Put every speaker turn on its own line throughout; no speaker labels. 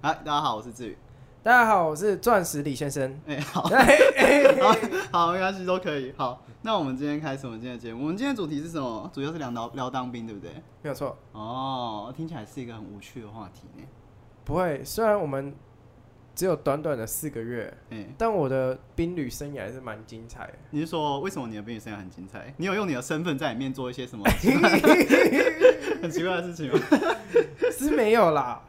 啊，大家好，我是志宇。
大家好，我是钻石李先生。
哎、好，
哎哎
好，好，没关系，都可以。好，那我们今天开始我们今天的节目。我们今天的主题是什么？主要是聊聊聊当兵，对不对？
没有错，
哦，听起来是一个很无趣的话题呢。
不会。虽然我们只有短短的四个月，
哎、
但我的兵旅生涯还是蛮精彩的。
你是说为什么你的兵役生涯很精彩？你有用你的身份在里面做一些什么 很奇怪的事情吗？
是没有啦，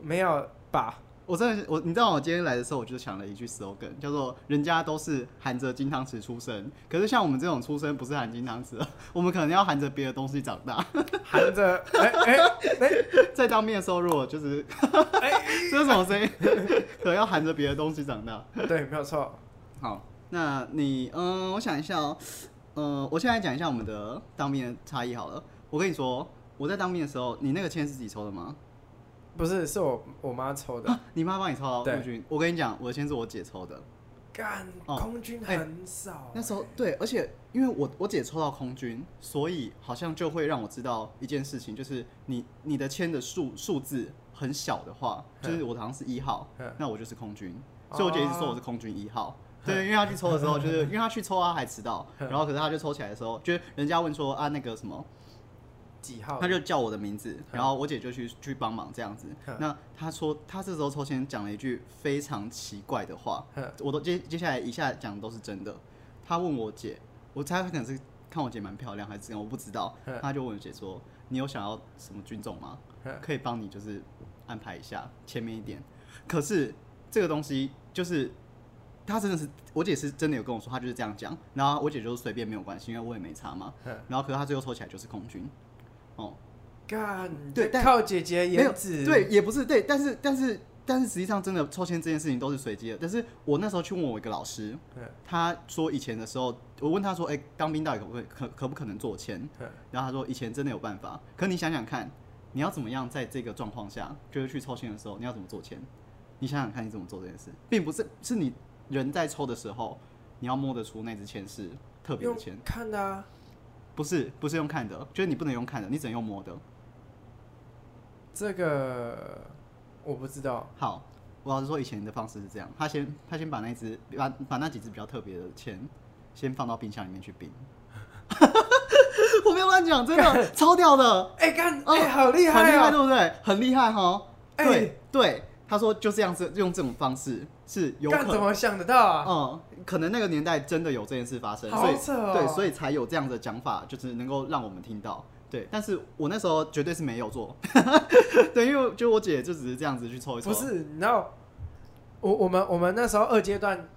没有吧？
我真的是我，你知道我今天来的时候，我就想了一句 slogan，叫做“人家都是含着金汤匙出生，可是像我们这种出生不是含金汤匙的，我们可能要含着别的东西长大。
含着哎哎哎，
在当面的时候，如果就是 这是什么声 音，可能要含着别的东西长大。
对，没有错。
好，那你嗯，我想一下哦，嗯，我现在讲一下我们的当兵的差异好了。我跟你说，我在当兵的时候，你那个签是自己抽的吗？
不是，是我我妈抽的。
啊你妈帮你抽哦
对
陆军。我跟你讲，我的签是我姐抽的。
干，
哦
空军
哎
很少、
那时候对，而且因为我我姐抽到空军，所以好像就会让我知道一件事情，就是你你的签的数数字很小的话，
嗯
就是我好像是一号
嗯，
那我就是空军，
哦
所以我姐一直说我是空军一号。对，因为她去抽的时候，就是因为她去抽啊她还迟到，然后可是她就抽起来的时候，就是人家问说啊那个什么，
几号？
她就叫我的名字，然后我姐就去去帮忙这样子
嗯。
那她说她这时候抽签讲了一句非常奇怪的话，
哼
我都接接下来以下讲的都是真的。他问我姐，我猜他可能是看我姐蛮漂亮还是怎样，我不知道
嗯。
他就问我姐说：“你有想要什么军种吗
嗯？
可以帮你就是安排一下前面一点。”可是这个东西就是。他真的是，我姐是真的有跟我说，她就是这样讲。然后我姐就是随便没有关系，因为我也没差嘛。
嗯
然后可是她最后抽起来就是空军，哦，
干，
对
这
但
靠姐姐
没有
颜值。
对，也不是对，但是但是但是实际上真的抽签这件事情都是随机的。但是我那时候去问我一个老师，
嗯
他说以前的时候，我问他说，哎、当兵到底可不可以可可不可能做签？
嗯
然后他说以前真的有办法，可你想想看，你要怎么样在这个状况下，就是去抽签的时候，你要怎么做签？你想想看你怎么做这件事，并不是是你人在抽的时候，你要摸得出那支签是特别的
用
签，
看的啊，
不是不是用看的，就是你不能用看的，你只能用摸的。
这个我不知道。
好，我老实说，以前的方式是这样，他先他先把那只把把那几只比较特别的钱先放到冰箱里面去冰。 我没有乱讲，真的超屌的，
哎、干，
哦
哎、好厉
很
害
厉害，
哦、
对不对？很厉害哈。
哎
对对，他说就这样子，用这种方式是有可
干怎么想得到啊？
嗯，可能那个年代真的有这件事发生，
好
所以、
扯哦
对，所以才有这样的讲法，就是能够让我们听到。对，但是我那时候绝对是没有做， 对，因为就我姐就只是这样子去抽一抽，
不是，你知道，我我们我们那时候二阶段，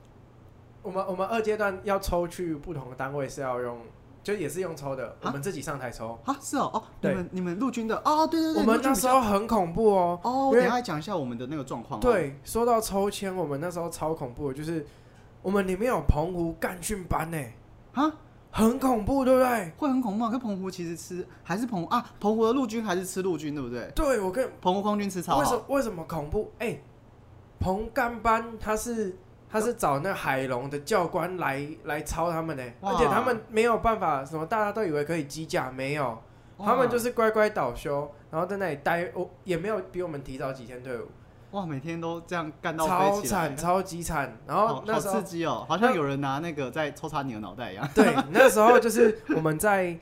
我们我们二阶段要抽去不同的单位是要用，就也是用抽的，我们自己上台抽。
啊，是哦，哦，你
对
们你们陆军的哦，对对对，
我们
陆军
那
比
时
较
候很恐怖哦。
哦，
因
等
为
一下讲一下我们的那个状况。，哦
对，说到抽签，我们那时候超恐怖的，就是我们里面有澎湖干训班呢，
啊，
很恐怖，对不对？
会很恐怖啊。跟澎湖其实吃还是澎湖啊，澎湖的陆军还是吃陆军，对不对？
对，我跟
澎湖空军吃啊超
为什
好，
么为什么恐怖？哎、澎干班他是他
呃
是找那海龙的教官来来抄他们呢、
哇
而且他们没有办法，什么大家都以为可以机甲，没有，
哇
他们就是乖乖倒休，然后在那里待，我也没有比我们提早几天退伍，
哇，每天都这样干到
超
飞起来，
惨超级惨。然
好
后
好
那时候
刺激哦，好像有人拿那个在抽插你的脑袋一样。
对，那时候就是我们在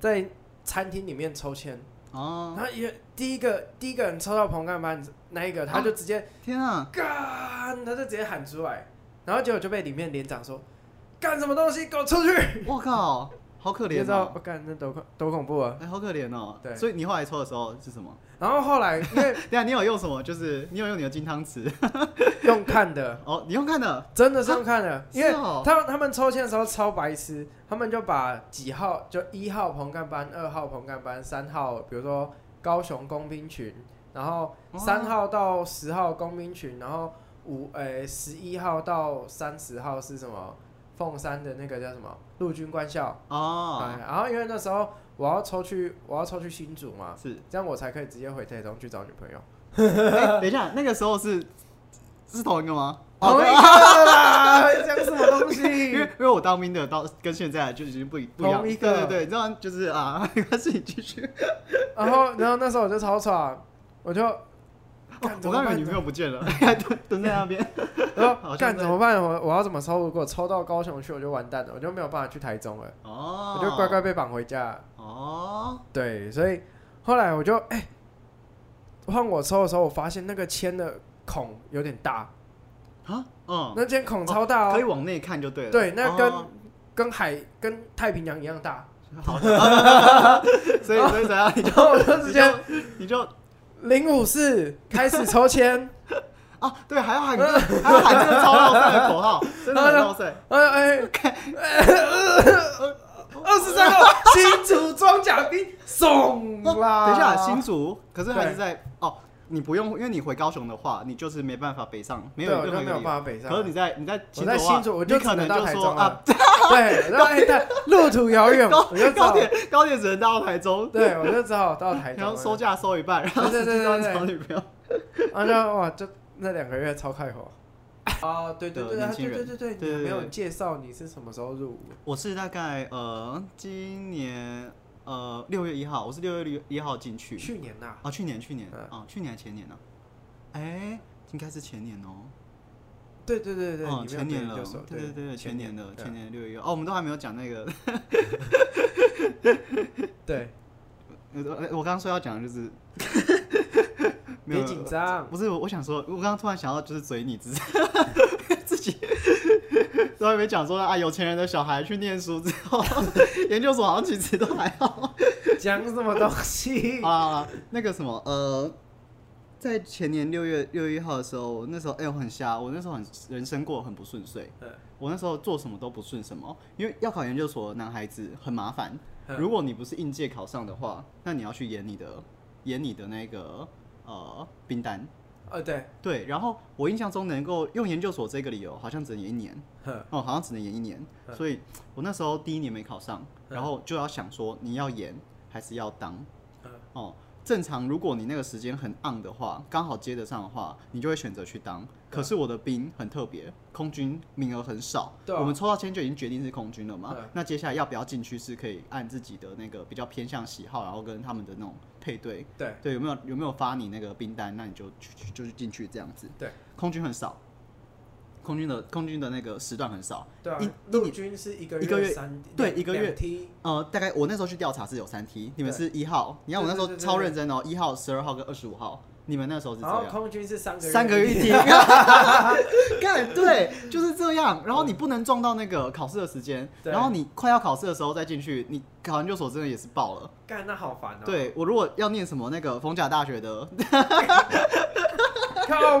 在餐厅里面抽签，
哦，
然后也第一个第一个人抽到彭干班那一个，他就直接
天啊，
干，他就直接喊出来，然后结果就被里面连长说干什么东西，给我出去！
我靠，好可
你就
怜
知道
哦，
我干那多恐多恐怖啊！
哎，好可怜哦。
对
所以你后来抽的时候是什么？
然后后来因为
等一下你有用什么？就是你有用你的金汤匙
用看的，
哦，你用看的，
真的是用看的，因为
是哦
他们他们抽签的时候超白痴，他们就把几号就一号棚干班、二号棚干班、三号，比如说高雄工兵群，然后
哦
三号到十号工兵群，然后五呃十一号到三十号是什么？凤山的那个叫什么陆军官校、
哦
哎，然后因为那时候我要抽去我要抽去新竹嘛，
是。
这样我才可以直接回台中去找女朋友。
哎等一下，那个时候是是同一个吗？哦
同一个啦，讲什么东 西？
因为因为我当兵的到跟现在就已经不一不一样，
同一个
对对对，这样就是 啊，没关系，你继续。
然后，然后那时候我就超爽，我就
哦
干怎
我刚
么
以为
办
女朋
呢？
友不见 了， 还蹲蹲在那边。
然后
好像
干
在
怎么办？我我要怎么抽？如果抽到高雄去，我就完蛋了，我就没有办法去台中了，
哦，
我就乖乖被绑回家。
哦，
对，所以后来我就哎，换、我抽的时候，我发现那个签的孔有点大，
啊，嗯，
那间孔超大
可以
哦，
往内看就对了。
对，那跟、
哦
跟海跟太平洋一样大，
好，所以所以怎样？ 你就
然后我就直
你
接
就你就
零五四开始抽 签，
啊，对，还要 喊这个，还要喊这个超绕赛的口号，真的很绕赛。
呃哎， 二十三号新竹装甲兵 送啦！
哦等一下，新竹，可是还是
对
在哦，你不用，因为你回高雄的话，你就是没办法北上，没
对，
有
我
任
就
何一
没
个
有
理由。
办法北上。
可是你在你在
我
新竹
在
的话
新，竹，我
你
就只
可能
到
就
台
说
中
啊
了。，对，然后哎，但路途遥 远，
高
我就只
高
好
铁高铁只能到台中，
对，我就只好到台中
然
了。
后收假收一半，然后
对对对对对
找女朋友。
啊，那哇，就那两个月超 快活。啊，对对
的
对，
年
他
轻
对对
人
对对，
对对
你没有
对
介绍你是什么时候入伍？
我是大概呃今年呃六月一号，我是六月一号进去，
去年呐，
啊，去年去年
嗯
啊，去年还前年呢、哎、应该是前年哦、
对对对对，
哦，
你没有
前年
对
了
就说，
对对对，前年的
对
前年六月一号哦，我们都还没有讲那个，
对，
我我刚刚说要讲的 就是，
别紧，张，
不是我我想说，我刚刚突然想到就是嘴你，只是 自己 都还没讲说啊，有钱人的小孩去念书之后， 研究所好像其实都还好。
讲什么东西？
啊，那个什么，呃，在前年六月六月一号的时候，那时候哎、我很瞎，我那时候很人生过得很不顺遂，
嗯
我那时候做什么都不顺什么，因为要考研究所的男孩子很麻烦，
嗯
如果你不是应届考上的话，那你要去演你的演你的那个呃兵单，
哦，对，
对，然后我印象中能够用研究所这个理由，好像只能演一年。
哼
哦，好像只能演一年，
嗯
所以我那时候第一年没考上，
嗯
然后就要想说你要演还是要当
嗯，
哦。正常，如果你那个时间很 on 的话，刚好接得上的话，你就会选择去当。
嗯
可是我的兵很特别，空军名额很少，
对啊
我们抽到签就已经决定是空军了嘛
嗯。
那接下来要不要进去是可以按自己的那个比较偏向喜好，然后跟他们的那种配对，
对
对，有没有有没有发你那个兵单，那你就去去就去进去这样子。
对，
空军很少，空军的空军的那个时段很少，
对啊
一，
陆军是一个
一个月
月三，
对一个月
两梯，
呃，大概我那时候去调查是有三梯，你们是一号，你看我那时
对
候
对对对
超认真哦，一号、十二号跟二十五号，你们那时候是这
然后
样。
空军是三个
三个月一
梯，
梯， 干对，就是这样。然后你不能撞到那个考试的时间，
嗯对
然后你快要考试的时候再进去，你考研究所真的也是爆了。
干那好烦哦。，
对我如果要念什么那个逢甲大学的
靠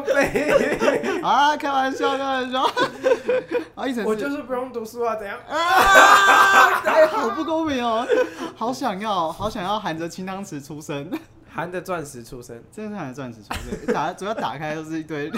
背，
啊，开玩笑，开玩笑。 啊，一成
我
是
就是不用读书啊，怎样？
哎，好不公平哦！好想要，好想要含着清汤匙出生，
含着钻石出生，
真的是含着钻石出生。 打主要打开都是一堆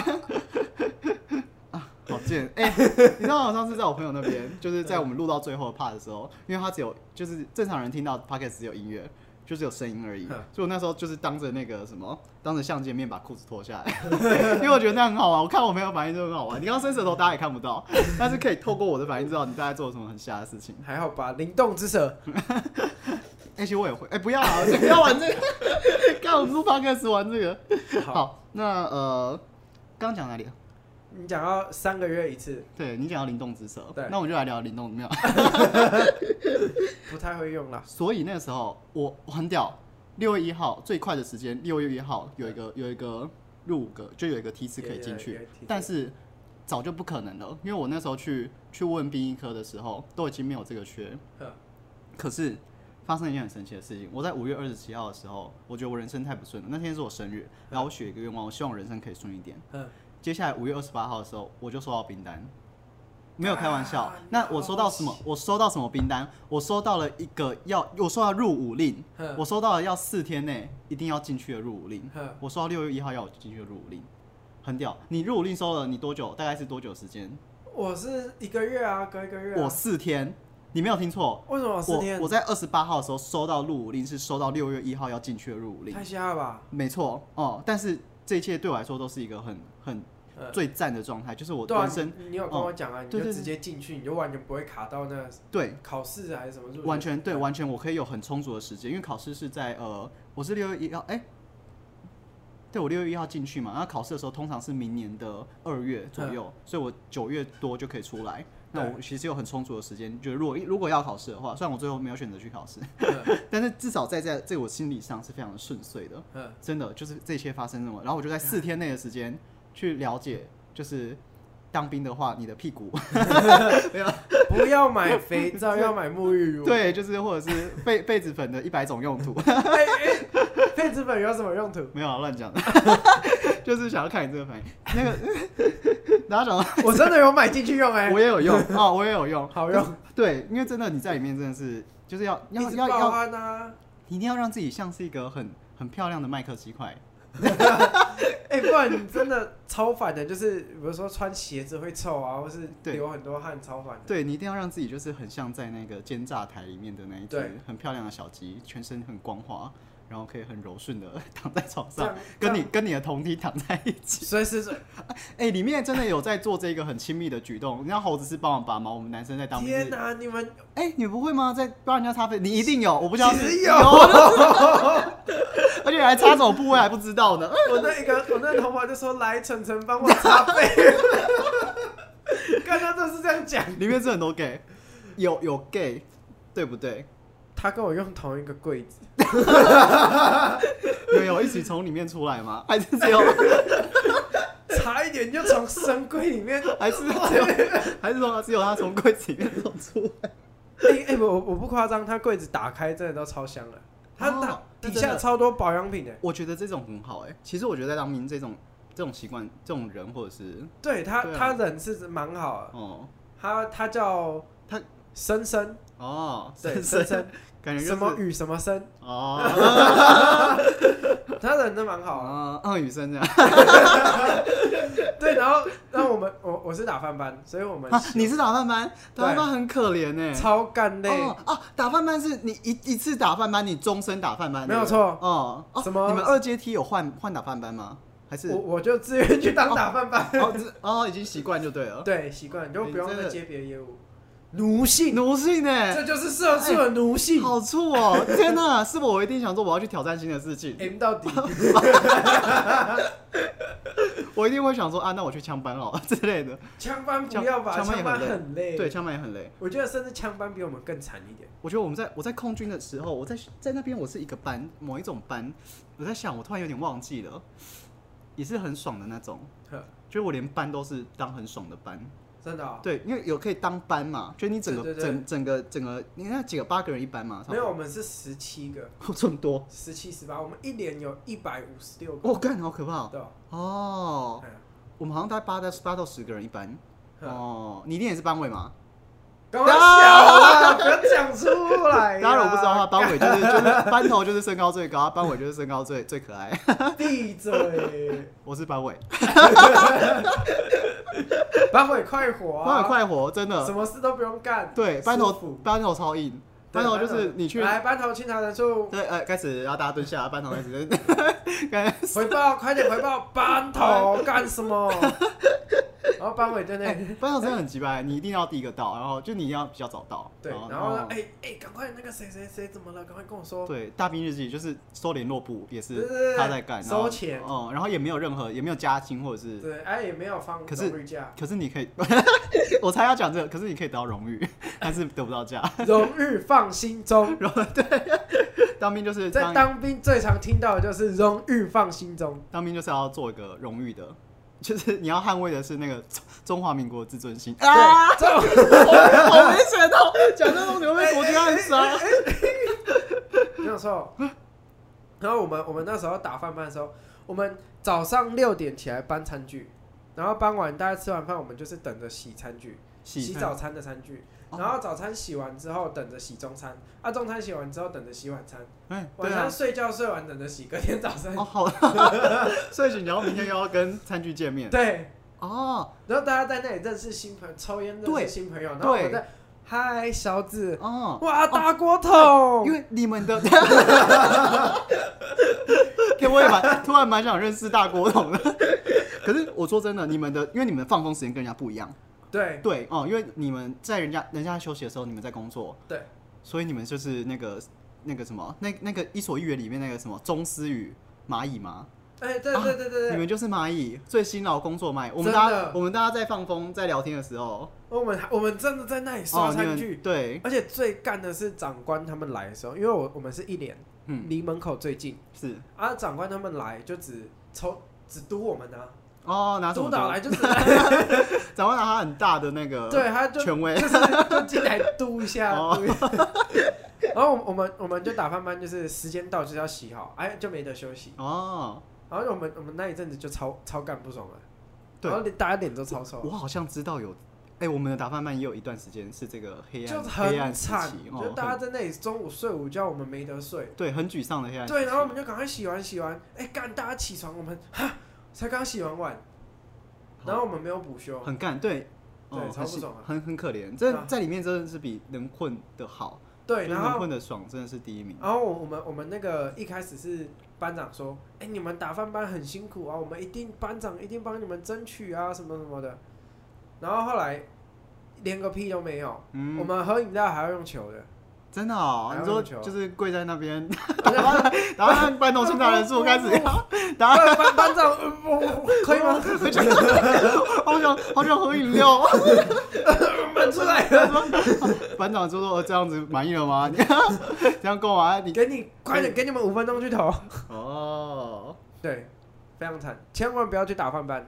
啊，好贱！哎、你知道我上次在我朋友那边，就是在我们录到最后的 part 的时候，因为他只有就是正常人听到 podcast 只有音乐。就只有声音而已，
嗯
所以我那时候就是当着那个什么，当着相机的面把裤子脱下来， 因为我觉得那很好玩。我看我朋友反应就很好玩。你刚刚伸舌头，大家也看不到，但是可以透过我的反应知道你大概做了什么很瞎的事情。
还好吧？灵动之蛇，
哎、其实我也会。哎、不要啊！不要玩这个。看我们录 podcast 玩这个。好，
好，
那呃，刚刚讲哪里啊？
你讲到三个月一次，
对你讲到灵动之蛇，
对
那我们就来聊灵动怎么样？
不太会用啦。
所以那个时候我我很屌，六月一号最快的时间，六月一号有一个有一个入伍个，就有一个梯次可以进
有有
去
有梯次，
但是早就不可能了，因为我那时候去去问兵役科的时候，都已经没有这个缺
嗯。
可是发生一件很神奇的事情，我在五月二十七号的时候，我觉得我人生太不顺了。那天是我生日，然后我许一个愿望，我希望我人生可以顺一点。
嗯，
接下来五月二十八号的时候，我就收到冰单，没有开玩笑。
啊
那我收到什么？我收到什么冰单？我收到了一个要，我收到入伍令，
哼
我收到了要四天内一定要进去的入伍令。
哼
我收到六月一号要我进去的入伍令，很屌。你入伍令收了你多久？大概是多久时间？
我是一个月啊，隔一个月、啊。
我四天，你没有听错。
为什么我四
我
天
我？在二十八号的时候收到入伍令，是收到六月一号要进去的入伍令
太，瞎了吧？
没错哦。但是这一切对我来说都是一个很很
嗯，
最赞的状态，就是我
对啊
人生，哦
你你有跟我讲啊，你就
对对对
直接进去，你就完全不会卡到那
对
考试还是什么入学
完全对，完全我可以有很充足的时间，因为考试是在呃，我是六月一号，哎、对我六月一号进去嘛，那考试的时候通常是明年的二月左右，所以我九月多就可以出来。那我其实有很充足的时间，就是如果如果要考试的话，虽然我最后没有选择去考试，
嗯
但是至少在在在我心理上是非常的顺遂的。
嗯
真的就是这些发生什么，然后我就在四天内的时间去了解，就是当兵的话，你的屁股，
不要买肥 皂，要买沐浴乳。
对，就是或者是被被子粉的一百种用途，
哎，哎痱子粉有什么用途？
没有啊乱讲 的，就是想要看你这个反应。那个， 然后想到
我真的有买进去用哎、
啊 我也有用啊、我也有用，
好用，
对，因为真的你在里面真的是就是要要
一直
要
报
要，
案啊！
一定要让自己像是一个很很漂亮的麦克鸡块，
哎、不然你真的超烦的，就是比如说穿鞋子会臭啊，或是
对
流很多汗，超烦的。
对你一定要让自己就是很像在那个奸诈台里面的那一只
对
很漂亮的小鸡，全身很光滑，然后可以很柔顺的 躺在床
这
上
样，
跟你跟你的同体躺在一起。
随时随
哎、里面真的有在做这个很亲密的举动。你知道猴子是帮忙拔毛，我们男生在当兵
天
是。
哪、你们
哎、你不会吗？在帮人家擦痱，你一定有， 我不知道
其实
是
有
而且还擦什么部位还不知道呢。
我那一个我那头发就说来，晨晨帮我擦 背。 刚刚就是这样讲，
里面是很多 gay，有有 gay，对不对？
他跟我用同一个柜子，
有有一起从里面出来吗？还是只有
差一点就从深柜里面。
还是只有还是说只有他从柜子里面走出来？
哎、哎、我我不夸张，他柜子打开真的都超香的，他
哦
打、
那
底
真
下
的
超多保养品的。
我觉得这种很好哎、其实我觉得在当兵这种这种习惯，这种人或者是
对他，
对啊
他人是蛮好的，
哦
他他叫
他
深深，
哦，
对
深
深
深
深，
感觉就
什么
是
雨什么深，
哦，
他人真 蛮好的。
啊，嗯，雨生这样
对，然后然后我们我我是打饭班，所以我们
啊，你是打饭班，打饭班很可怜哎、
超干累，
哦啊，打饭班是你一一次打饭班，你终身打饭班，
没有
对不对
错
哦，哦
什么
你们二阶梯有换换打饭班吗？还是
我我就自愿去当打饭班。
哦这哦已经习惯就对了。
对，习惯你就不用
你真
再
的
接别的业务，奴性，
奴性哎、
这就是社畜的奴性
好醋哦！天哪，是不是我一定想说我要去挑战新的事情？
，M 到底。
我一定会想说啊，那我去枪班好了之类的。
枪班不要吧，
枪
枪
枪
班
班也
很累。
对，，枪班也很累。
我觉得甚至枪班比我们更惨一点。
我觉得我们在我在空军的时候，我在在那边我是一个班，某一种班。我在想，我突然有点忘记了，也是很爽的那种。
呵
就是我连班都是当很爽的班，
真的哦，
对，因为有可以当班嘛，就是你整个
对对对
整整个整个，你那几个八个人一班嘛，差
没
不
有，我们是十七个，
多 这么多，
十七十八，我们一连有一百五十六个。
我、干，好可怕哦
对哦，
哦！
嗯
我们好像大概八到八到十个人一班
哼
哦，你一定也是班委嘛？
赶快小了，啊不要讲出来 啦。
大家如果不知道的
哎
话，班尾就是就是班头就是身高最高，班尾就是身高最最可爱。
闭嘴，
我是班尾，
班委快活啊，
班尾快活，真
什
的。
么事都不用干。
对，班头
舒服
班头超硬，
对
班头就
班
是
头
你去
来班头清查人数，
对呃开始，然后大家蹲下，班头开 始，开始
回报，快点回报！班 头干什么？然后班委在那
哎
里，
班头真的很急白，你一定要第一个到，然后就你一定要比较早到。
对，然后呢哎哎，赶快那个谁谁谁怎么了？赶快跟我说。
哦对，大兵日记就是收联络部也
对
是
对对
他在干，然
收
后
钱
哦，然后也没有任何也没有加薪或者是，
对，哎也没有放
可是
荣誉假，
可是你可以， 我才要讲这个，可是你可以得到荣誉，但是得不到假。
荣誉放心中。
当兵就是
在
当
当兵最常听到的就是荣誉放心中，
当兵就是要做一个荣誉的， 就是你要捍卫的是那个中中华民国的自尊心。 啊，
对，这种
好危险哦！讲这东西会被国军暗 杀。
没有错。然后我们我们那时候打饭班的时候，我们早上六点起来搬餐具，然后搬完大家吃完饭，我们就是等着洗餐具。洗早餐的餐具，
哦
然后早餐洗完之后等着洗中餐，啊中餐洗完之后等着洗晚餐，
哎，
晚
对
上
啊，
睡觉睡完等着洗隔天早餐，
哦好， 所以你要明天又要跟餐具见面
对，
哦
然后大家在那里认识新朋友，抽烟认
对
识新朋友，然后我们在嗨小子，
哦，
哇大锅头
因，为哦你们的， 天我也蛮突然蛮想认识大郭董的。可是我说真的，你们的因为你们的放风时间跟人家不一样，
对
对哦、因为你们在人家人家休息的时候，你们在工作，
对，
所以你们就是那个那个什么，那那个《伊索寓言》里面那个什么宗思与蚂蚁吗？
哎，对对对对
哦你
对，
们就是蚂蚁，最辛劳工作蚂蚁。我们大
真
家
的
我们大家在放风在聊天的时候，
我们我们真的在那里
哦，
刷
你
餐具
们，对，
而且最干的是长官他们来的时候，因为我我们是一连
嗯，
离门口最近，
是
啊，长官他们来就只抽只督我们啊，
哦，拿什
督
么
导
刀？
来 就只
长官拿他很大的那个
对，他就
权威，
就是就进来嘟一下，
哦
嘟一下然后我们我们我们就打饭班，就是时间到就是要洗好，哎，就没得休息。
哦，
然后我们我们那一阵子就超超干不爽了，
对
然后大家脸都超臭，
我好像知道有，哎，我们的打饭班也有一段时间是这个黑
就
暗黑
很
暗时
惨
期，，
就
哦，
大家
很
在那里中午睡午觉，我们没得睡。
对，很沮丧的黑暗时期。
对，然后我们就赶快洗完洗完，哎、干，大家起床，我们哈才刚洗完碗，然后我们没有补休，
很干，对，
对
哦
超
很
不
辛
爽啊
很很可怜。
对
这
啊
在里面真的是比能混的好，
对，
就是
然
能
后
混的爽，真的是第一名。
然后我我们我们那个一开始是班长说，哎、你们打饭班很辛苦啊，我们一定班长一定帮你们争取啊，什么什么的，然后后来连个屁都没有，我
嗯，
们喝饮料还要用球的，
真的哦
还，要
你说
用球
就是跪在那边，
啊
然后然后让班同性大人数开始，然后
班班班长、呃我我啊可以吗？
好想好想喝饮料。
搬出来，
班长就说哦这样子满意了吗？ 你这样够吗？你
给你快点给你们五分钟去投，
哦，
对，非常惨，千万不要去打饭班。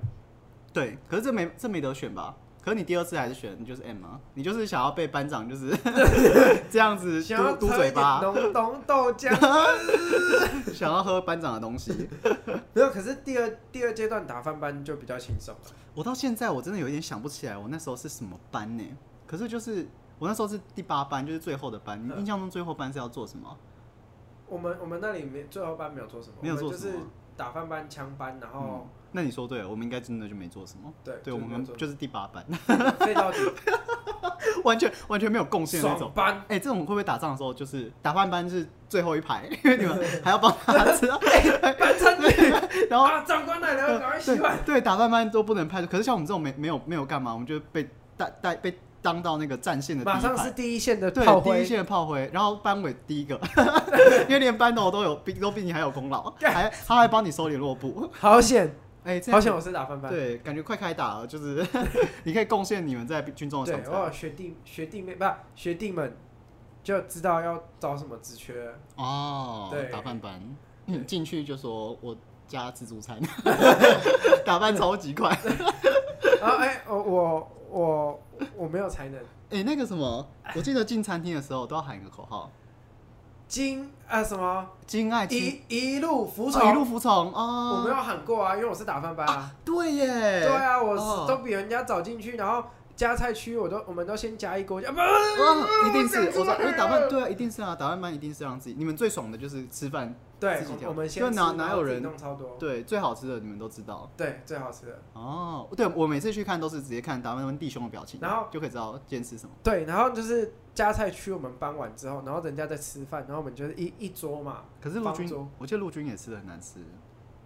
对，可是这没这没得选吧？可是你第二次还是选，你就是 M 啊，你就是想要被班长就是 这样子
想要
嘟嘟
喝
嘴
一点
巴，
浓浓豆浆。
想要喝班长的东西。
没有，可是第二第二阶段打饭班就比较轻松了。
我到现在我真的有一点想不起来我那时候是什么班呢、可是就是我那时候是第八班，就是最后的班。你
嗯
印象中最后班是要做什么？
我们我们那里没最后班没有做什么，
没有做
我们就
什
是
么
打饭班、枪班，然后、
那你说对了，我们应该真的就没做什么。
对
对，我们就是第八班，
飞到底
完全完全没有贡献的那种
爽。班。
哎、这种会不会打仗的时候，就是打饭班是最后一排， 因为你们还要帮他吃，啊
班长，
然后
啊，长官来了，赶快洗碗。
对打饭班都不能派出。可是像我们这种没没有没有干嘛，我们就被带带被当到那个战线的第一
马上
排
是。第一线的炮
对，第一
灰，
线的炮灰，然后班委第一个， 因为连班头都有比都比你还有功劳，还他还帮你收联络部，
好险，
哎、这
好
样
险，我是打饭班。
对，感觉快开打了，就是 你可以贡献你们在军中的
对
长，才
哇，学弟学弟妹不是学弟们就知道要找什么职缺 了。
哦，
对
打饭班，嗯，进去就说我加自助餐， 打饭超级快。
然后哎，我我我我没有才能。
哎、那个什么，我记得进餐厅的时候都要喊一个口号：
金啊什么
敬爱亲，
一一路服从，
哦一路服从
我
哦。
没有喊过啊，因为我是打饭班啊。
对耶，
对
对
啊，
哦
我都比人家早进去，然后加菜区我都我们都先加一锅，啊不，
哦一定是
我想
我说
出来
你打
了
扮对啊，一定是啊，打扮班一定是让自己。你们最爽的就是吃饭，
对
自己，调
我们先
就
吃
哪哪
然后
有
自己
人
弄超多，
对最好吃的你们都知道
对，最好吃的，
哦。对我每次去看都是直接看打扮班弟兄的表情，
然后
就可以知道今天吃什么。
对，然后就是加菜区我们搬完之后，然后人家在吃饭，然后我们就是一一桌嘛，
可是陆
方
军
舟，
我记得陆军也吃的很难吃，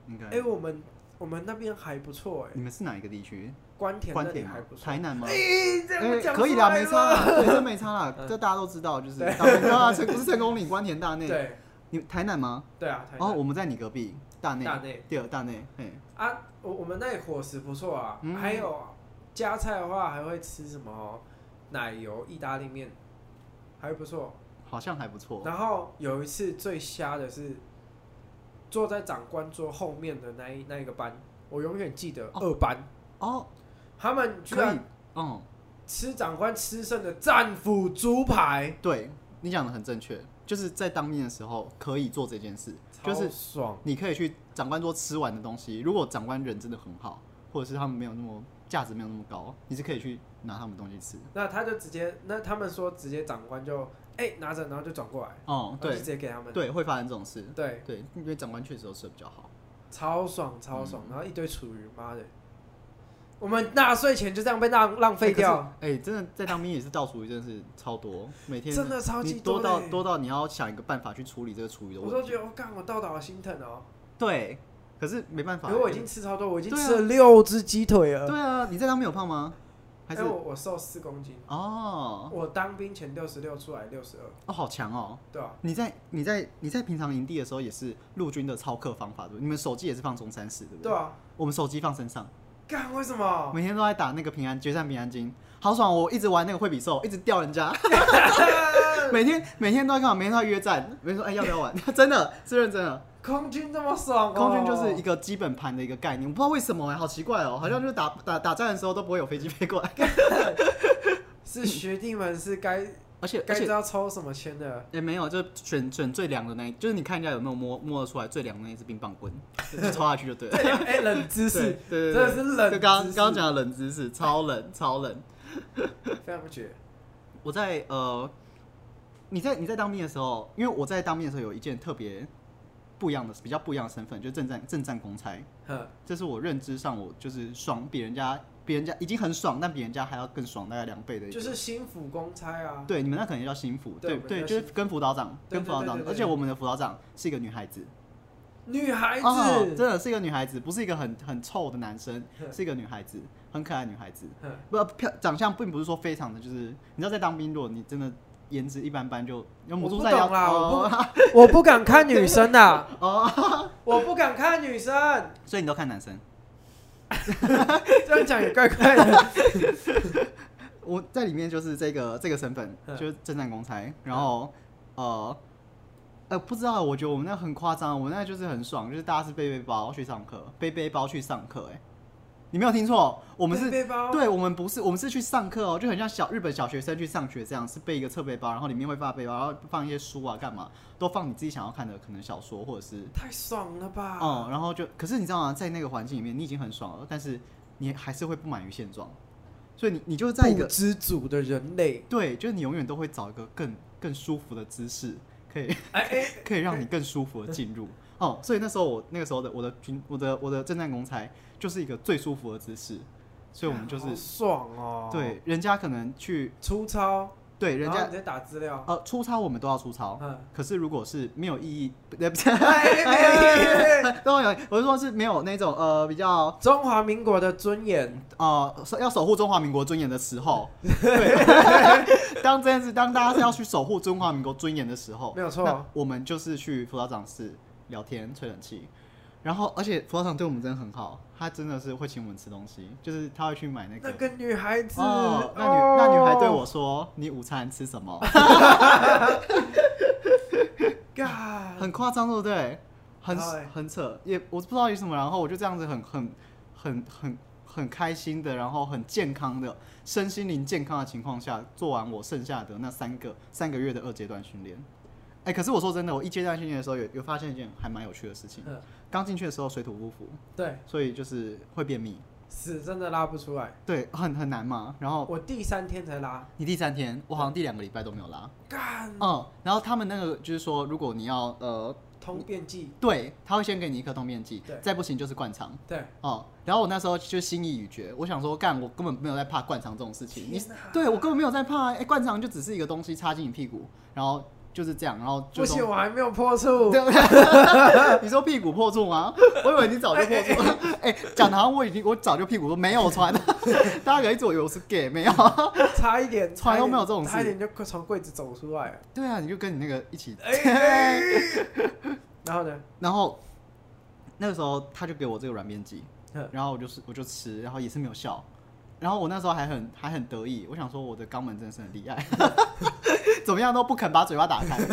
应该。
哎，我们我们那边还不错哎，
你们是哪一个地区？
关田那
关
里
田吗
还不？错，
台南吗？
哎，这样讲
可以啦，
出来
没
了
差，啊啦，对，这没差啦，
嗯
这大家都知道，就是
对
大部分啊，成不是成功岭、关田大内，
对
你台南吗？
对啊，台
哦，
南
我们在你隔壁，大内，
大内。
第二大内，嘿，
啊，我我们那里伙食不错啊，
嗯
还有加菜的话还会吃什么奶油意大利面，还不错。
好像还不错。
然后有一次最瞎的是坐在长官桌后面的那一那一个班，我永远记得
哦
二班，
哦，
他们居
可以
然，
嗯，
吃长官吃剩的战斧猪排，
对你讲的很正确，就是在当面的时候可以做这件事，就是
超爽。
你可以去长官桌吃完的东西，如果长官人真的很好，或者是他们没有那么价值没有那么高，你是可以去拿他们东西吃。
那他就直接，那他们说直接长官就哎、拿着，然后就转过来，
哦，
然后就
对
直接给他们，
对，会发生这种事，
对，
对，因为长官确实都吃的比较好。
超爽超爽，
嗯
然后一堆厨余，妈的，我们纳税钱就这样被浪浪费掉，
哎、真的在当兵也是倒厨余，真的是超多，每天
真的超级
你多
的
到
欸
多到你要想一个办法去处理这个厨余的
我都
问
觉
题。
得我干，我倒倒心疼哦，
对，可是没办法
因
欸，
为我已经吃超多，我已经
对啊
吃了六只鸡腿了，
对啊，你在当兵有胖吗？还
因
是
为哎我我瘦四公斤，
哦
我当兵前六十六，出来六十二，
哦，好强哦！
对啊，
你在你在你在平常营地的时候也是陆军的操课方法对不对？你们手机也是放中山室对不对？
对啊，哦
我们手机放身上，
干为什么？
每天都在打那个平安决战平安京，好爽！哦我一直玩那个惠比寿，一直吊人家， 每天每天都在干嘛？每天都在约战，每天说哎、要不要玩？ 真的是认真的。
空军这么爽、哦，
空军就是一个基本盘的一个概念，我不知道为什么哎、好奇怪哦、好像就是打打打战的时候都不会有飞机飞过来，
是学弟们是该
而且而
该
且
知道抽什么签的，
也、哎没有，就是选选最凉的那一，就是你看一下有没有摸摸得出来最凉的那一只冰棒棍，就就抽下去就对了。
哎、冷
对
知识，
对对
真
对
的是冷知识，
就刚刚刚讲的冷知识，超冷超冷。
非常不绝，
我在呃，你在你在当兵的时候，因为我在当兵的时候有一件特别不一样的、比较不一样的身份，就是正战正战公差。
哼，
这是我认知上我就是爽，比人家比人家已经很爽，但比人家还要更爽，大概两倍的一个。
就是心腹公差啊，
对你们那可能叫心腹，
对
对
我们
对，
叫
就是
心
跟辅导长，
对
跟辅导长
对对，对
而且我们的辅导长是一个女孩子，
女孩子，
哦，真的是一个女孩子，不是一个很很臭的男生，
哼
是一个女孩子，很可爱的女孩子。
哼
不漂长相并不是说非常的，就是你知道在当兵，如果你真的颜值一般般就，
我
母
不
猪在摇
懂啦我
哦，
我不敢看女生呐、
哦
我不敢看女 生，
所以你都看男生。
这样讲也怪怪的。
我在里面就是这个这个身份，
嗯
就是正战公差，然后呃呃不知道，我觉得我们那很夸张，我们那就是很爽，就是大家是背背包去上课，背背包去上课，哎，你没有听错， 我
我
们是。
背包，
对，我们不是，我们是去上课哦，就很像小日本小学生去上学这样，是背一个侧背包，然后里面会放背包，然后放一些书啊，干嘛都放你自己想要看的，可能小说或者是
太爽了吧？
嗯，然后就，可是你知道吗？在那个环境里面，你已经很爽了，但是你还是会不满于现状，所以你你就在一
不
个
知足的人 类，
对，就是你永远都会找一个更更舒服的姿势，可以
哎哎，
可以让你更舒服的进 入哦。所以那时候我那个时候的我的军我的我的正战公差就是一个最舒服的姿势，所以我们就是
好爽哦。，
对人家可能去
粗糙，
对人
然后
家
你在打资料，
呃出操我们都要出操，
嗯，
可是如果是没有意义， 呃不是，
哎 哎哎，
都有，我是说是没有那种呃比较。
中华民国的尊严，
呃，守要守护中华民国尊严的时 候，对，当这件事，当大家是要去守护中华民国尊严的时候，
没有错
那我们就是去辅导长室聊天、吹冷气，然后而且辅导长对我们真的很好，他真的是会请我们吃东西，就是他会去买那个。
那个女孩子，
哦，那女、
哦
那女孩对我说：“你午餐吃什么
干？”
很夸张，对不对？很
好欸
很扯，也我不知道有什么。然后我就这样子很很很很很开心的，然后很健康的身心灵健康的情况下，做完我剩下的那三个三个月的二阶段训练。哎、可是我说真的，我一阶段训练的时候有有发现一件还蛮有趣的事情。
嗯
刚进去的时候水土不服，
对，
所以就是会便秘，
屎真的拉不出来，
对，很很难嘛。然后
我第三天才拉，
你第三天，我好像第两个礼拜都没有拉。
干，
嗯，然后他们那个就是说，如果你要呃，
通便剂，
对，他会先给你一颗通便剂
对，
再不行就是灌肠。
对，
哦，然后我那时候就心意已决，我想说，干，我根本没有在怕灌肠这种事情。你
天哪
对我根本没有在怕，哎、灌肠就只是一个东西插进你屁股，然后就是这样，然后就
不行，我还没有破处，
对你说屁股破处吗？我以为你早就破处了。 哎、讲的好像我已经我早就屁股都没有穿， 大家可能一直以为我是 gay，没有。
差一 点，
从来
差一
都
点
没有这种事
差一点就从柜子走出来了。
对啊，你就跟你那个一 起。
哎哎然后呢？
然后那个时候他就给我这个软便剂
嗯，
然后我就是我就吃，然后也是没有效。然后我那时候还很还很得意，我想说我的肛门真的是很厉害， 怎么样都不肯把嘴巴打开。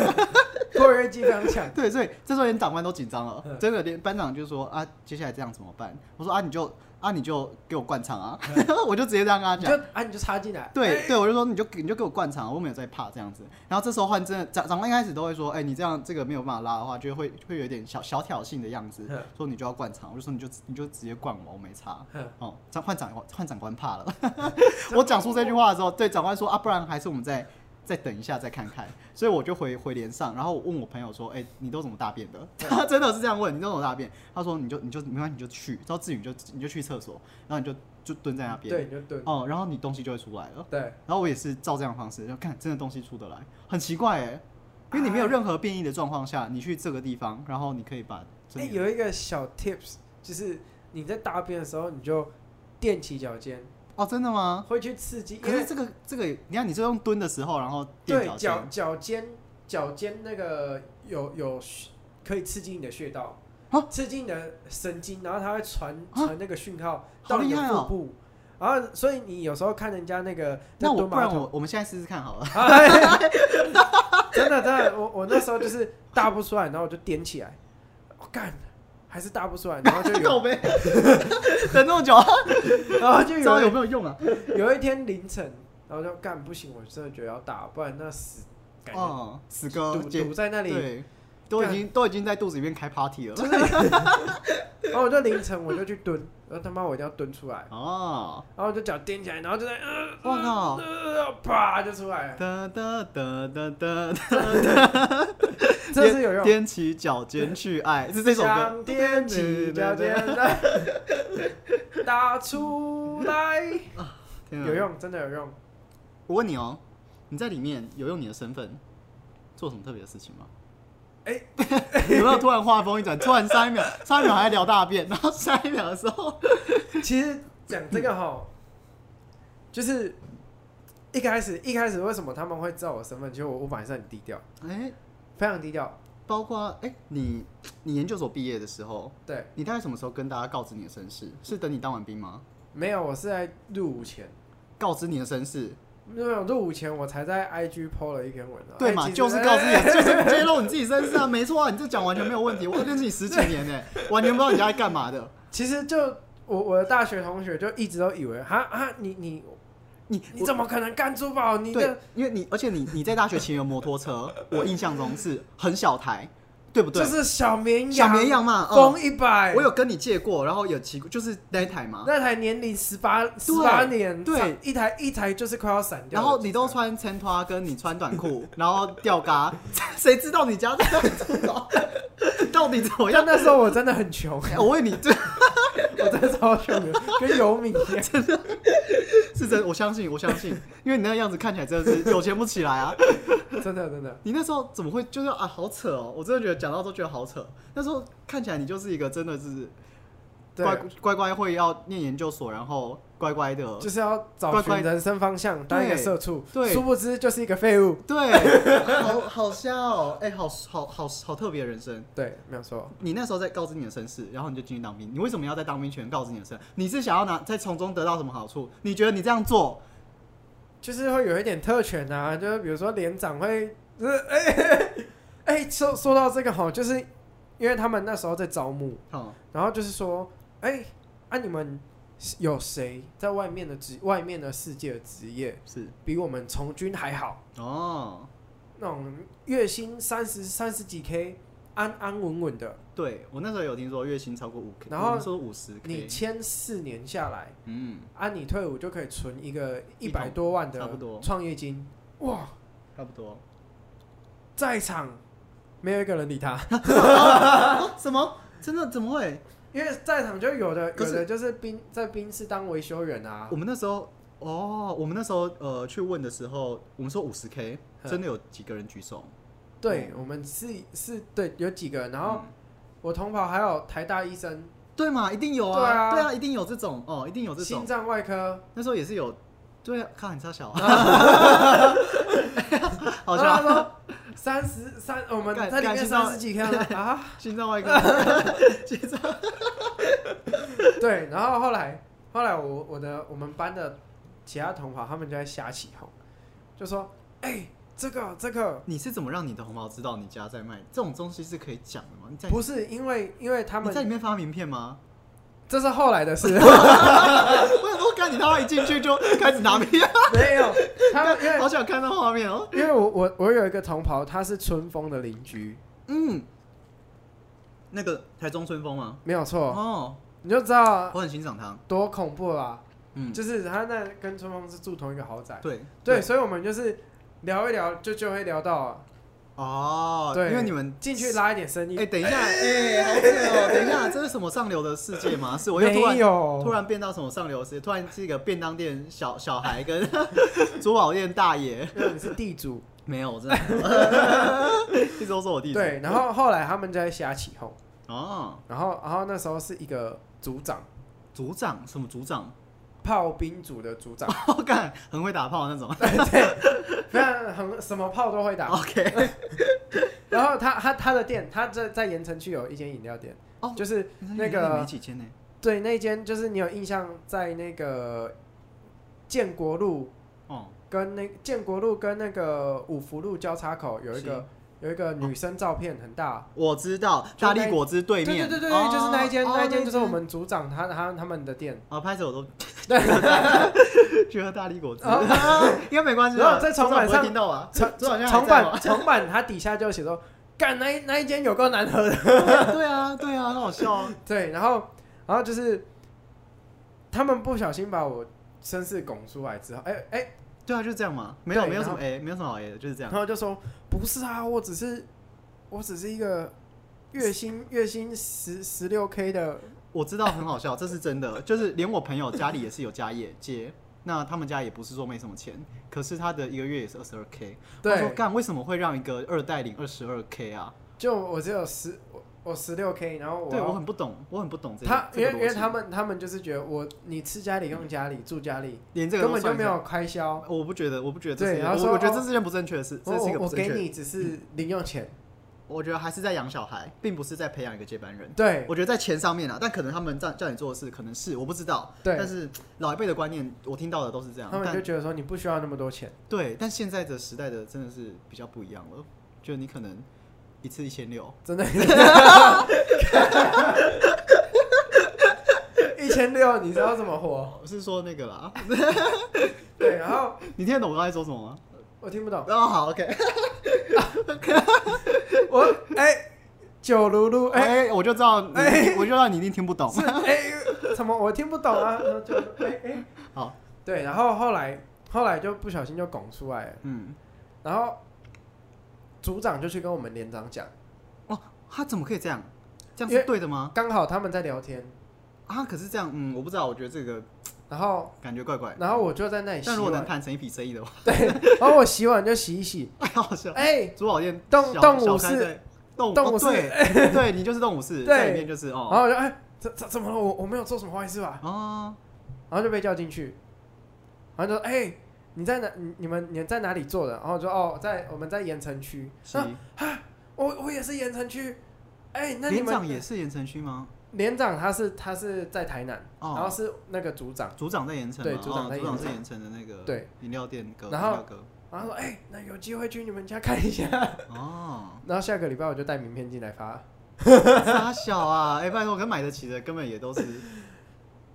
括约肌非常强，
对，所以这时候连长官都紧张了
嗯，
真的连班长就说啊，接下来这样怎么办？我说啊，你就啊你就给我灌肠啊， 我就直接这样跟他
嗯你
讲
就。哎啊你就插进来，
对对，我就说你就你就给我灌肠，啊我没有在怕这样子。然后这时候换真的长长官一开始都会说，哎、你这样这个没有办法拉的话，就会会有点小小挑衅的样子
嗯，
说你就要灌肠。我就说你就你就直接灌我，我没差。
哼
哦，长换长官换长官怕了。 我讲出这句话的时候，对长官说啊，不然还是我们再再等一下再看看。所以我就回回连上，然后我问我朋友说，哎、你都怎么大便的？ 他真的是这样问，你都怎么大便？他说你就你就没关系，你就去，到自己你就你就去厕所，然后你就就蹲在那边。
对，你就蹲，
哦，然后你东西就会出来了。
对，
然后我也是照这样的方式，就看真的东西出得来，很奇怪哎、因为你没有任何变异的状况下，你去这个地方，然后你可以把
哎、
真的
有一个小 tips，就是你在大便的时候，你就踮起脚尖，
哦，真的吗？
会去刺激，
可
因为
是这个这个，你看你是用蹲的时候，然后垫
对
脚
脚
尖，
脚尖脚尖那个有有血可以刺激你的穴道
啊，
刺激你的神经，然后它会传
啊
传那个讯号
好
到你
厉
的
害
腹
哦！
部，然后所以你有时候看人家那个在
那我
蹲
不
马
然
桶，
我我们现在试试看好了。
哎真的真的，我我那时候就是大不出来，然后我就踮起来，我干还是大不出来，然 后就
靠
有
背，等那么久，
然后就
这样有
有
没有用啊？
有一天凌晨，然后就干不行，我真的觉得要打，不然那死感觉
哦，死哥，
堵
姐
堵在那里。
对，都已经都已经在肚子里面开 party 了。
然后我就凌晨我就去蹲，然后他妈我一定要蹲出来，
哦，
然后我就脚踮起来，然后就在呃，
我 靠！
呃啪就出 来了，
哒哒哒哒哒，
这是有用。
踮起脚尖去爱，是这首歌。
想踮起脚尖来，打出 来，
天啊
有。用，真的有用。
我问你哦，你在里面有用你的身份做什么特别的事情吗？
哎
有没有突然话锋一转，突然上一秒， 上一秒还在聊大便，然 后下一秒的时候，
其实讲这个哈，就是一开始一开始为什么他们会知道我身份？其实我我本来是很低调，
哎、
非常低调。
包括哎、你你研究所毕业的时候，
对，
你大概什么时候跟大家告知你的身世？是等你当完兵吗？
没有，我是在入伍前，
告知你的身世，
没有入伍前我才在 IG PO 了一篇文章。
对
哎
嘛？
其实
就是告诉 你，就是揭露你自己身世啊，没错啊，你这讲完全没有问题。我认识你十几年呢、完全不知道你家在干嘛的。
其实就我我的大学同学就一直都以为，哈啊，你你
你
你怎么可能干珠宝？你
对
的，
因为你，而且你你在大学骑的摩托 车，我印象中是很小台，对不对
这？是小绵
小
羊，
绵羊嘛，嗯，
风一百，
我有跟你借过，然后有骑过，就是那一台嘛。
那台年龄十八十八年，
对
上一台一台就是快要散掉
然
了。
后你都穿衬拖，跟你穿短裤， 然后吊嘎， 谁知道你家在 到底怎么
我
样？
要 那时候我真的很穷，
哎我问你，这
我真的超 穷的，跟游民一样。
是真的，我相信，我相信，因为你那个样子看起来真的是有钱不起来啊。
真的真的，
你那时候怎么会就是啊，好扯哦！我真的觉得讲到都觉得好扯。那时候看起来你就是一个真的是
对
乖，乖乖会要念研究所，然后乖乖的，
就是要找
乖乖
寻人生方向，当一个社畜，
对
殊不知就是一个废物。
对，好好笑哦！哎、好好好好特别的人生。
对，没有错。
你那时候在告知你的身世，然后你就进去当兵。你为什么要在当兵前告知你的身世？你是想要拿在从中得到什么好处？你觉得你这样做，
就是会有一点特权啊，就是比如说连长会， 就是哎哎、说说到这个哈，就是因为他们那时候在招募，
哦，
然后就是说，哎、啊你们有谁在外面的职外面的世界的职业
是
比我们从军还好？
哦，
那种月薪三十三十几 K，安安稳稳的，
对我那时候有听说月薪超过五 k，
然后
说五十
你
k，
签四年下来，
嗯，
啊你退伍就可以存一个一
一
百
桶
多万
差不多
的创业金，哇，
差不多。
在场没有一个人理他。
啊什么？真的怎么啊会？
因为在场就有的，
可
有
是
的就是兵在兵室当维修员啊
我，们那时候哦，我们那时候呃去问的时候，我们说五十 K，
嗯
真的有几个人举手？
对，我们是是，对，有几个，然后
嗯
我同袍还有台大医生，
对嘛，一定有
对啊
啊，对啊，一定有这种哦，一定有这
心
种。
脏外科，
那时候也是有，对啊，看很差小啊，啊
然后
好啊
然后他
像
说三十三，我们
干
在里
干
面
心脏
三十 几天了啊，
心脏外科， 心脏
对，然后后来后来我我的我们班的其他同袍他们就在瞎起哄，就说哎这个这个
你是怎么让你的红毛知道你家在卖？这种东西是可以讲的吗？你在
不是因为因为他
你在
们
里面发名片吗？
这是后来 的事，
我想说，看你他妈一进去就开始拿名 片，
没有他们因为
好想看到画面哦。
因为我我我有一个同袍，他是春风的邻居，
嗯，那个台中春风吗？
没有错，
哦，
你就知道
我很欣赏他。
多恐怖啦、
嗯，
就是他那跟春风是住同一个豪宅，
对
对，所以我们就是聊一聊，就就会聊到
哦，
对
因为你们
进去拉一点生意。
哎、等一下，哎、好扯哦！等一下，这是什么上流的世界吗？是我又突
没
然
有，
突然变到什么上流的世界？突然是一个便当店小小孩跟 珠宝店大爷？
因为你是地主，
没有，我真的 一直都说我弟弟。
对，然后后来他们就在瞎起哄，
哦，
然后然后那时候是一个组长，
组长什么组长？
炮兵组的组 长，
我干，很会打炮那种。
非常很什么炮都会打。
OK，
然后他他他的店，他在在盐城区有一间饮料店，
哦
就是那
没
个
几千呢。
对那间就是你有印象在那个建国路
哦，
跟那建国路跟那个五福路交叉口有一个有一个女生照片很大，
我知道，
就
大
那
力果汁对
对对
哦面，
对对对，就是那一间
哦
那一间就是我。们组长他他他们 的店，
哦，拍手我都
对，
去喝大力果汁
然，后
应该没关系
哦然
吧。
后在床板
组长不会
上
听到 啊，
床
昨晚上还
床
在吗
板床板它底下就写说，干那一那一间有够难喝的。
对啊，对啊，很好笑啊。
对，然后然后就是他们不小心把我身世拱出来之后，哎、哎、
对啊，就是这样嘛，没有
对
没有什
然后
么 A，没有什么好 A 的，就是这
然
样。
后就说不是啊，我只是我只是一个月薪月薪十十六 K 的，
我知道很好笑，这是真的， 就是连我朋友家里也是有家业接，那他们家也不是说没什么钱，可是他的一个月也是二十二 K。我说
对，
干，为什么会让一个二代领二十二 K 啊？
就我只有十我我十六 K，然后我
对我
要。
很不懂，我很不懂这个。
他
这
因
个
为因为
逻辑
他们他们就是觉得我你吃家里用家里住家里
连这个
根
都
本就
算
没
一下
有开销，
我不觉得，我不觉得这
对
是一个，
然后说
我我觉得
哦
这是件不正确的事，
我
这是一个
我
不正
给
确的。
你只是零用钱，
我觉得还是在养小孩，并不是在培养一个接班人。
对
我觉得在钱上面啊，但可能他们叫叫你做的事，可能是我不知道。
对
但是老一辈的观念，我听到的都是这样。
他们
但
就觉得说你不需要那么多钱，
对，但现在的时代的真的是比较不一样了，就你可能一次一千六，
真的。一千六，你知道怎么活？
我是说那个啦，
对，然后
你听得懂我刚才说什么吗？
我听不懂，
哦，好，OK，
我哎、九如路哎、
哎、我就知道你，
哎
我就知道你一定听不懂
是。哎、什么我听不懂啊？然后就哎哎，
好，
对，然后后来后来就不小心就拱出来了，
嗯，
然后组长就去跟我们连长讲，
哦，他怎么可以这样？这样
因
是
为
对的吗？
刚好他们在聊天，
啊，可是这样，嗯，我不知道，我觉得这个
然后
感觉怪怪的。
然后我就在那里
哎
洗
但如果能
碗，
谈成一笔生意的话，
对，然后我洗碗就洗一洗，
哎，好笑。
哎、
珠宝店
动
小
动
小
武
开
士
对动
动
哦
武士
对对，你就是动武士，
对
在里面就是
然
哦
后我就哎、怎怎怎么了？我我没有做什么坏事吧？
哦，
然后就被叫进去，然后就说：“哎、你在哪？你你们你在哪里做的？”然后我就说：“哦，在我们在盐城区。
是
啊”我我也是盐城区。哎、那你
连
们
长也是盐城区吗？
连长他是他是在台南，然后
哦，
是那个组长，
组长在盐城嘛，
对组长
哦
在
组长
盐
是
城
盐城的那个
对
饮料店哥，饮
然后
料 哥
然后说：“哎、那有机会去你们家看一下。，”
哦
然后下个礼拜我就带名片进来发。
傻小啊， 哎，拜托，跟买得起的根本也都 是。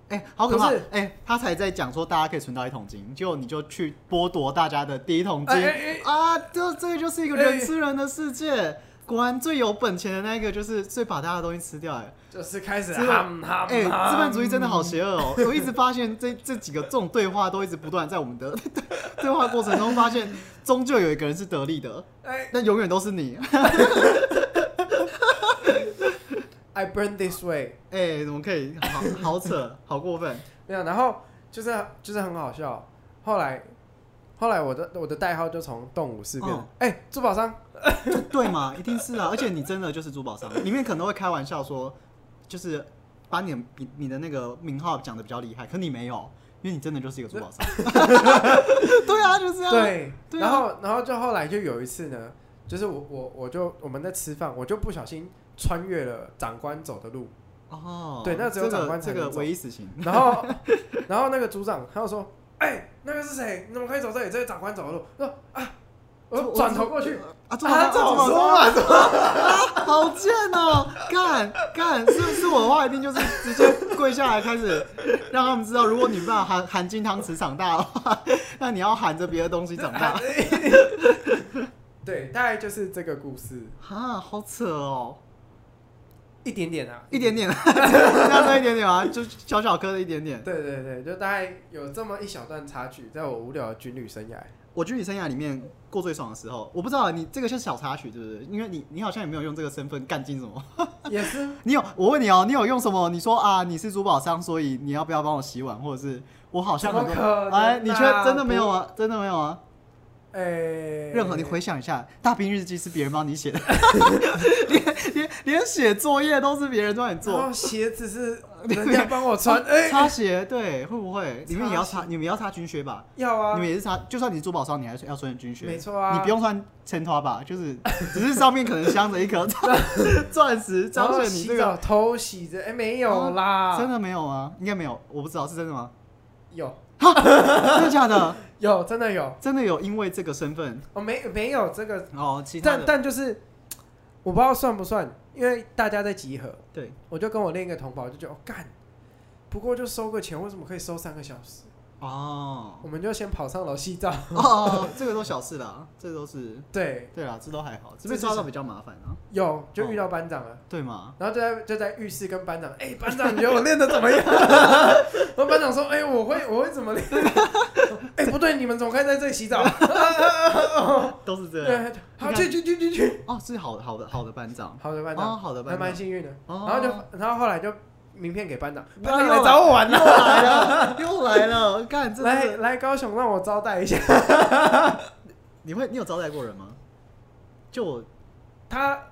哎，好可怕
不是！
哎，他才在讲说大家可以存到一桶金，结果你就去剥夺大家的第一桶金
哎哎
啊！这这就是一个人吃人的世界。果然最有本钱的那个就是最把大家的东西吃掉，哎，
就是开始
资本
喊喊
哎、
喊
资本主义真的好邪恶哦！我一直发现这这几个这种对话都一直不断在我们的 对话过程中，发现终究有一个人是得利的，
哎
但永远都是你。
，I burn this way。
哎、怎么可以？好好 扯，好过分！
没有，然后就是就是很好笑。后来后来我的我的代号就从动武士变成
哦
哎、珠宝商，
对嘛，一定是啊！而且你真的就是珠宝商，里面可能会开玩笑说，就是把你的比你的那个名号讲的比较厉害，可你没有，因为你真的就是一个珠宝 商。 对啊，就是这样。
对，
对啊
然后然后就后来就有一次呢，就是我我我就我们在吃饭，我就不小心穿越了长官走的路，
哦，
对那只有
这
长
个
官才
这个
能走
唯一死刑。
然后然后那个组长他就说，哎、那个是谁？你怎么可以走这里？这是长官走的路。我说啊，我
我
转头过去，
啊，这么这么说嘛，这么好贱哦！干干，是是我的话，一定就是直接跪下来开始让他们知道，如果你爸含含金汤匙长大的话， 那你要含着别的东西长大。
对，大概就是这个故事，
啊，好扯哦，
一点点啊，
一点 点，这样算一点点啊，就小小颗的一点点。
对对对，就大概有这么一小段插曲，在我无聊的军旅生涯。
我军旅生涯里面过最爽的时候，我不知道你这个是小插曲，对不对？因为你你好像也没有用这个身份干尽什么。
也是，
你有我问你哦，你有用什么？你说啊，你是珠宝商，所以你要不要帮我洗碗？或者是我好像很多
怎么可能啊
哎，你却真的没有啊？真的没有啊？
哎、
任何你回想一下，《大兵日记》是别人帮你写的， 连连连写作业都是别人帮你
然
做，哦
后鞋 子是人家帮我穿，啊哎、
擦鞋对，会不会？你们也要
擦
擦，你们也要擦军靴吧？
要啊
你，们也是擦，就算你是珠宝商，你还是要穿军靴，
没错啊
你不用穿衬托吧，就是只是上面可能镶着一颗钻 石，
然
彰显
后
你这
洗
个哦
澡偷洗着，哎、没有啦，
真的没有吗？应该没有，我不知道是真的吗？
有
真的假的？
有真的有，
真的有因为这个身份
哦没没有这个，
哦，其他
但
的
但就是我不知道算不算，因为大家在集合，
对，
我就跟我另一个同胞就觉得，哦干，不过就收个钱，为什么可以收三个小时？
哦
我们就先跑上楼洗澡，
哦，这个都小事啦，这都是
对，
对啦，这都还好，
这
这被
是
抓
小
到比较麻烦啊，
有就遇到班长了。
对吗？
然后就在就在浴室跟班长，哎、班长，你觉得我练的怎么样？ 然后班长说，哎、我会我会怎么练？ 哎、不对，你们怎么可以在这里洗澡？
都是这样
对，好去去去去去。
哦，是好的好的好的班长
好的班
哦，
长，
好的
还
班
蛮
长，
幸运的。
哦
然后就然后后来就名片给班长，
班
班
长
长来找我玩
又
了，
来了又来了，干这
来
是
来高雄让我招待一 下。
你会你有招待过人吗？就我
他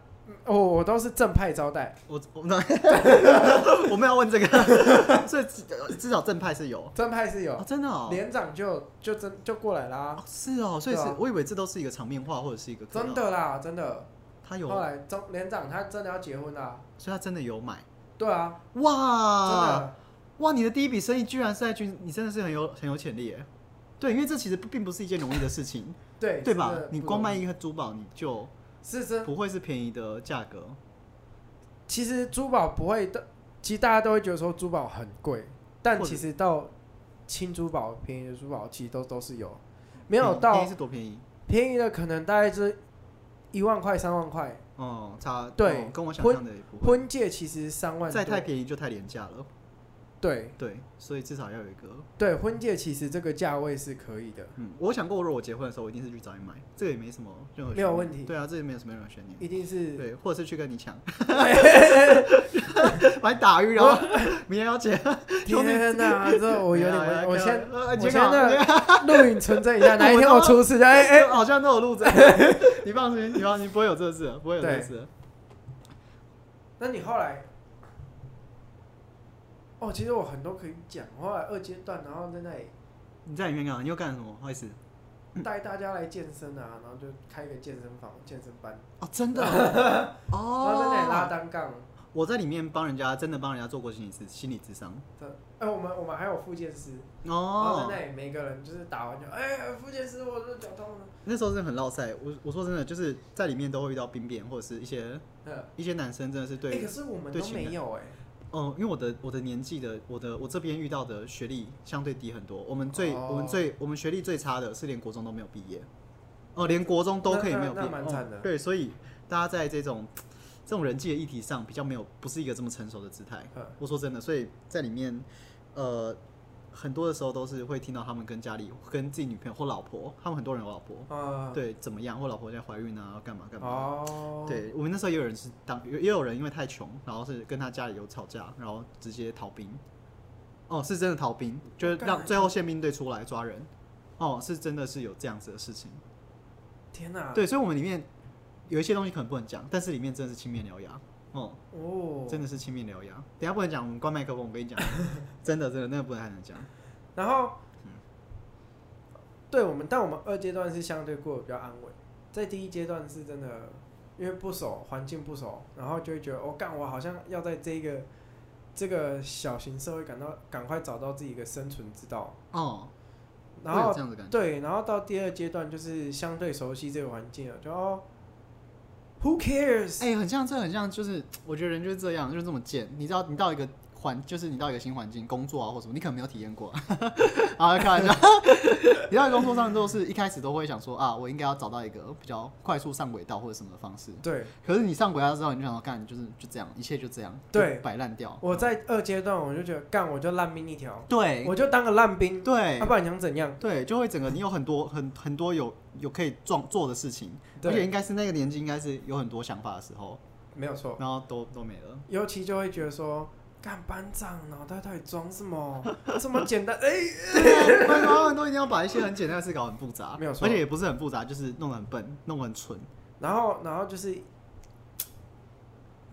我我都是正派招待，
我我那 我们要问这个， 所以至至少正派是有
正派是有
哦，真的哦，
连长就就真就过来啦
哦，是哦，所以是
对啊
我以为这都是一个场面话或者是一个客
真
人，
的啦，真的。
他有，
后来中连长他真的要结婚啦，
所以他真的有买
对啊，真
哇
的
哇，你的第一笔生意居然是在军，你真的是很有很有潜力耶。对，因为这其实不并不是一件容易的事 情，
对
对吧
真的？
你
不
光
容
卖
易
一个珠宝，你就是
真，
不会是便宜的价格。
其实珠宝不会的，其实大家都会觉得说珠宝很贵，但
或者
其实到轻珠宝、便宜的珠宝，其实都都是有，没
便
有
宜嗯
到
便宜是多便宜？
便宜的可能大概是一万块、三万块。
哦、差
对
哦跟我想
婚
象的也不会。
婚戒其实三万多
再太便宜就太廉价了，
对
对，所以至少要有一个。
对，婚戒其实这个价位是可以的，
嗯，我想过，如果我结婚的时候，我一定是去找你买，这个也没什么任何
没有
悬念
问题
对啊，这也没有什么任何悬念。
一定是
对，或者是去跟你 抢， 把你打晕，然后明天要结。兄弟
天啊哪，这我有点
来来
问，我
看
先
呃
我
结
先
稿
那录影存证 一下，哪一
我
天
都
我出事就哎 哎，
好像都有录着。 你放心，你放心，不会有这事，不会有这事。
那你后来，哦，其实我很多可以讲。我后来二阶段，然后在那里
你在里面干嘛？你又干什么？不好意思。嗯
带大家来健身啊，然后就开一个健身房、健身班，
哦，真 的哦
然后在那里拉
哦。
单杠。
我在里面帮人家，真的帮人家做过心理咨心理咨商。
的，哎、我们我们还有复健师，然后在
哦，
那里每个人就是打完就，哎、复健师，我的脚痛了。
那时候真的很落赛。我我说真的，就是在里面都会遇到兵变，或者是一些
嗯，
一些男生真的是
哎、
对
可是我们
对
都
情
没
感
有哎、
嗯，因为我的我的年纪的，我的我这边遇到的学历相对低很多。我们最、
哦
我们最我们学历最差的是连国中都没有毕业，哦、连国中都可以
那那
没有毕业，
那蛮
哦
惨的
对，所以大家在这种这种人际的议题上，比较没有不是一个这么成熟的姿态。
嗯
我说真的，所以在里面，呃，很多的时候都是会听到他们跟家里、跟自己女朋友或老婆，他们很多人有老婆，
啊、
对，怎么样，或老婆在怀孕啊，干嘛干嘛。
哦，，
对我们那时候也有人是当，也也有人因为太穷，然后是跟他家里有吵架，然后直接逃兵。哦，是真的逃兵，就是让
干
最后宪兵队出来抓人。哦，是真的是有这样子的事情。
天哪、
对，所以我们里面有一些东西可能不能讲，但是里面真的是青面獠牙。哦，
哦，
真的是青面獠牙。等一下不能讲，我们关麦克风，我跟 你讲，真的真的那个不能还能讲。
然后，
嗯
对我们，但我们二阶段是相对过得比较安稳，在第一阶段是真的，因为不熟，环境不熟，然后就会觉得，我、干，我好像要在这个这个小型社会感到赶快找到自己一个生存之道。
哦，
然
会有
后
这样子的感觉。
对，然后到第二阶段就是相对熟悉这个环境了，就哦，Who cares？、
哎、很像，这很像，就是我觉得人就是这样，就是这么贱。你知道，你到一个环，就是你到一个新环境工作啊，或什么，你可能没有体验过。 啊，开玩笑。你到工作上都是一开始都会想说啊，我应该要找到一个比较快速上轨道或者什么的方式。
对，
可是你上轨道之后，你就想说，干，就是就这样，一切就这样，就
对
摆烂掉。
我在二阶段我就觉得干，我就烂命一条，
对
我就当个烂兵，
对
要、啊不然你想怎样？
对，就会整个你有很多很很多有有可以做做的事情，而且
对，
应该是那个年纪，应该是有很多想法的时候，
没有错。
然后都都没了。
尤其就会觉得说，干班长脑袋到底装什么？ 这么简单？哎、
对啊班长他们都一定要把一些很简单的事搞很复杂，
没有错
而且也不是很复杂，就是弄得很笨，弄得很蠢。
然后然后就是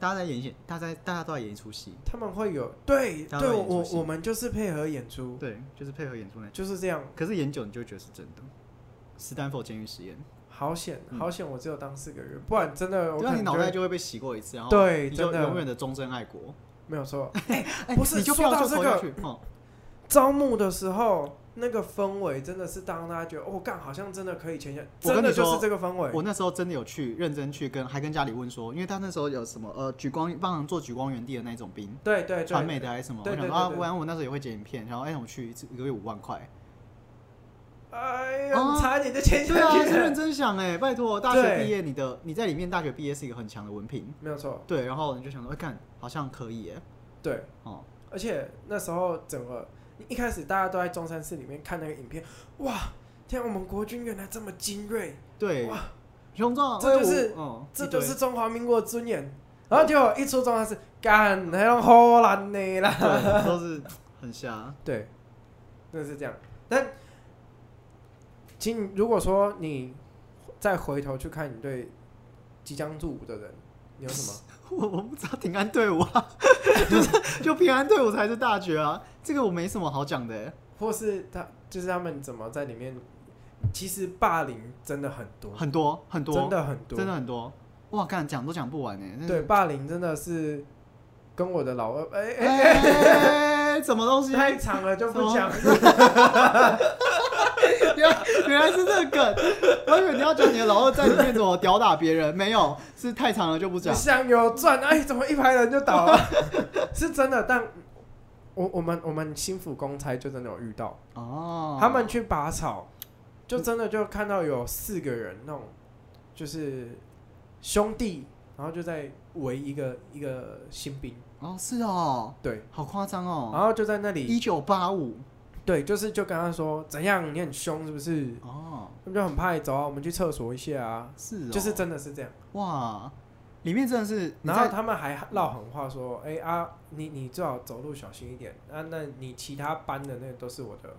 大家在演戏，大家在大家都在演一出戏，
他们会有对
大家会
对我
演出
我
戏
我们就是配合演出，
对，就是配合演出那。
就是这样。
可是演久你就会觉得是真的。斯坦福监狱实验，
好险
嗯
好险，我只有当四个月，不然真的我
对
可
啊，
能
你
就
脑
会
袋就会被洗过一次，然后
对
你就
真的
永远的终身爱国。
没有错。
哎
不是
你就不要
说到
就投下
这
去。哦，
招募的时候那个氛围真的是当大家觉得哦干，好像真的可以签下，
我跟
真
你
的就
说
是这个氛围。
我那时候真的有去认真去跟，还跟家里问说，因为他那时候有什么呃举光帮忙做举光原地的那种兵，
对对对，
传媒的还是什么？
对
我
对
想
对
说啊，
对
不然我那时候也会剪影片，然后哎，我们去一次一个月五万块。
哎呀，
哦
差点就签下
对啊，
去
是
了，
认真想哎，拜托，大学
对
毕业你的你在里面大学毕业是一个很强的文凭，
没有错。
对，然后你就想说，哎，看好像可以哎，
对，
哦，
而且那时候整个一开始大家都在中山市里面看那个影片，哇，天啊，我们国军原来这么精锐，
对
哇，
雄壮
这
威
就
武
是
嗯，
这
一
就
堆
是中华民国的尊严。然后结果一出中山市，干，还用荷兰的啦，
对，都是很瞎，
对，真的是这样。但，请如果说你再回头去看你对即将入伍的人，你有什么？
我我不知道平安队伍啊，就是就平安队伍才是大绝啊，这个我没什么好讲的欸，
或是他就是他们怎么在里面？其实霸凌真的很多，
很多很多，
真的很多，
真的很多，哇，干讲都讲不完哎，真是
对，霸凌真的是跟我的老二哎哎、
哎，什么东西？
太长了就不讲，
原来原来是这个梗，我以为你要讲你的老二在里面怎么吊打别人，没有，是太长了就 不讲。
像有转哎，怎么一排人就倒了？ 是真的，但我我们我们新府公差就真的有遇到，
哦，
他们去拔草，就真的就看到有四个人那种，就是兄弟，然后就在围一个一个新兵，
哦是哦，
对，
好夸张
然
哦，
后就在那里，
一九八五
对，就是就跟他说怎样，你很凶是不是？
哦，
他们就很怕你走啊，我们去厕所一下啊，
是哦，
就是真的是这样。
哇，里面真的是，你
然后
在
他们还唠狠话说：“哎、啊，你你最好走路小心一点。啊，那你其他班的那都是我的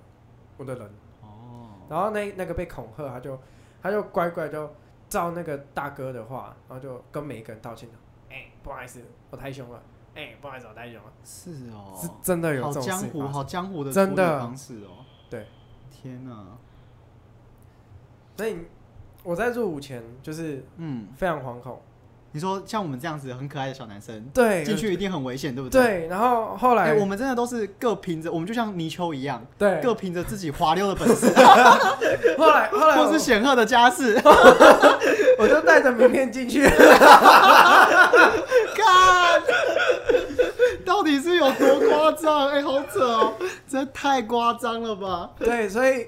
我的人。
哦，”
然后那那个被恐吓，他就他就乖乖就照那个大哥的话，然后就跟每一个人道歉哎、不好意思，我太凶了。哎、不好意思，我太凶了。
是哦，
是真的有
好
这种
江
事
湖
情。
好江湖的
真
处理
的
方式哦，
对，
天哪，
所以我在入伍前就是
嗯，
非常惶恐，
你说像我们这样子很可爱的小男生
对
进去一定很危险，对不？
对，然后后来、
哎，我们真的都是各凭着，我们就像泥鳅一样，
对
各凭着自己滑溜的本事，
后来后来
或
我
是显赫的家世。
我就带着名片进去。
看，到底是有多夸张？哎、好扯哦，这太夸张了吧！
对，所以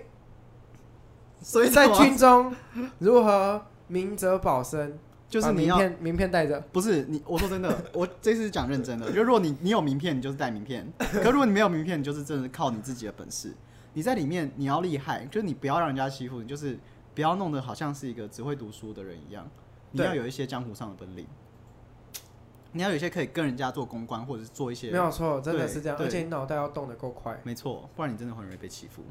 所以啊
在
怎么
军中如何明哲保身，
就是
把
你
名
要
片名片带着。
不是你，我说真的，我这次是讲认真的。就如果你你有名片，你就是带名片；可如果你没有名片，你就是真的靠你自己的本事。你在里面你要厉害，就是你不要让人家欺负你，就是不要弄得好像是一个只会读书的人一样。你
对
要有一些江湖上的本领，你要有一些可以跟人家做公关，或者是做一些
没有错，真的是这样，
对
而且你脑袋要动得够快。
没错，不然你真的很容易被欺负。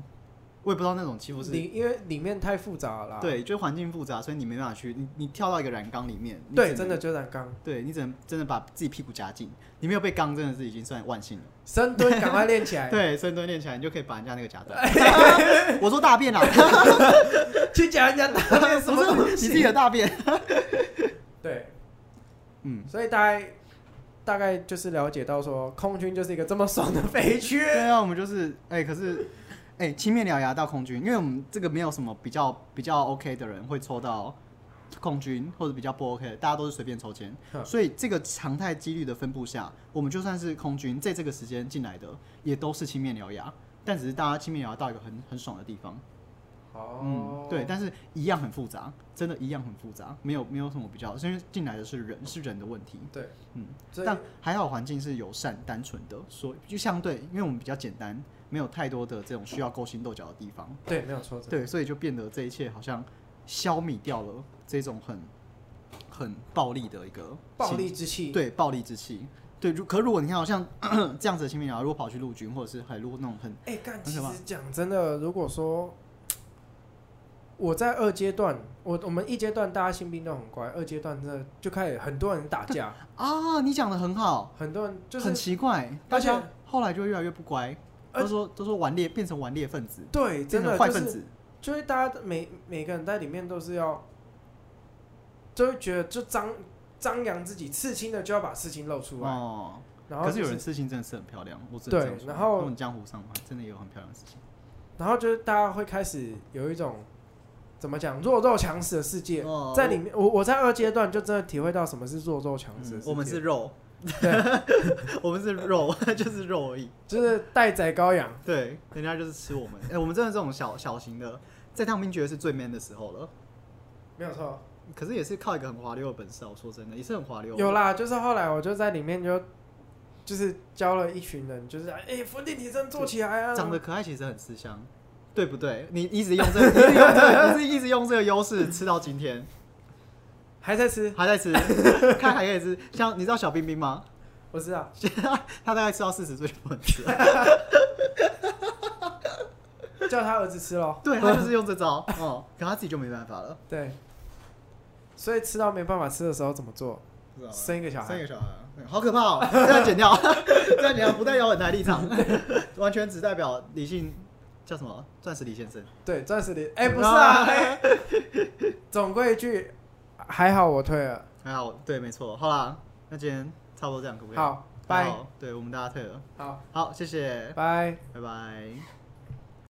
我也不知道那种欺负是，啊
里因为里面太复杂了啦。
对，就是环境复杂，所以你没办法去，你你跳到一个染缸里面，你只
对，
能
真的，就染缸，
对你只能真的把自己屁股夹进，你没有被缸真的是已经算万幸了。
深蹲赶快练起来，
对，深蹲练起来，你就可以把人家那个夹 断。我说大便啦，
去讲人家打练什
不
么东
是你自己
西。
的大便。
对，
嗯，
所以大概大概就是了解到说，空军就是一个这么爽的肥区。
对啊，我们就是，哎、可是，哎、青面獠牙到空军，因为我们这个没有什么比较比较 OK 的人会抽到空军，或者比较不 OK 的，大家都是随便抽签，
哼
所以这个常态几率的分布下，我们就算是空军在这个时间进来的，也都是青面獠牙，但只是大家青面獠牙到一个很很爽的地方，
哦
嗯，，对，但是一样很复杂，真的，一样很复杂，没有没有什么比较，因为进来的是人，是人的问题，
对，
嗯。
所以
但还好环境是友善、单纯的，所以就相对，因为我们比较简单，没有太多的这种需要勾心斗角的地方，
对，没有错，真的
对，所以就变得这一切好像消弭掉了这种很很暴力的一个
暴
情
力之气。
对暴力之气，对，如可如果你看好像 这样子的青面鸟，如果跑去陆军或者是海陆那种很
哎、干，
很
其实
可怕
讲真的，如果说我在二阶段，我我们一阶段大家新兵都很乖，二阶段真的就开始很多人打 架，
啊，你讲的很好，
很多人就
很
是
奇怪，大
而且
家后来就越来越不乖，
而
都说都说顽劣变成顽劣分子，
对，
变
真
成
的
坏
就
分
是
子，
就是大家每每个人在里面都是要，就会觉得就张张扬自己，刺青的就要把刺青露出来，
哦。
然后、
可
就是
有人刺青真的是很漂亮，我只能这样
对
说。
然后
他们江湖上真的也有很漂亮的事情。
然后就是大家会开始有一种怎么讲弱肉强食的世界。
哦
在里面，我我在二阶段就真的体会到什么是弱肉强食的世界、
我们嗯是肉， 我们是肉，就是肉而已。
就是待宰羔羊，
对，人家就是吃我们。哎、我们真的这种小小型的，在当兵觉得是最 man 的时候了。
没有错。
可是也是靠一个很滑溜的本事啊！我说真的，也是很滑溜。
有啦，就是后来我就在里面就就是教了一群人，就是哎、伏地挺身做起来啊，
长得可爱其实很吃香，对不对？你一直用 这个，你一直用这个，你是一直用这个优势吃到今天，
还在吃，
还在吃， 看还可以吃。像你知道小冰冰吗？
我知道。
他大概吃到四十岁就不能吃了。
叫他儿子吃咯。
对他就是用这 招，哦，可他自己就没办法了，
对，所以吃到没办法吃的时候怎么做？
不知道吗
生一个小
生一
孩，
个小孩，嗯好可怕哦！这样剪掉， 这样剪掉，不代表我很台立场， 完全只代表理性，叫什么？钻石李先生？
对，钻石里，哎、不 是啊，哎总归一句，还好我退了，
还好，对，没错。好啦，那今天差不多这样，可不可以？
好，
还
拜，
好，对我们大家退了。
好，
好，谢谢，
拜。
拜拜。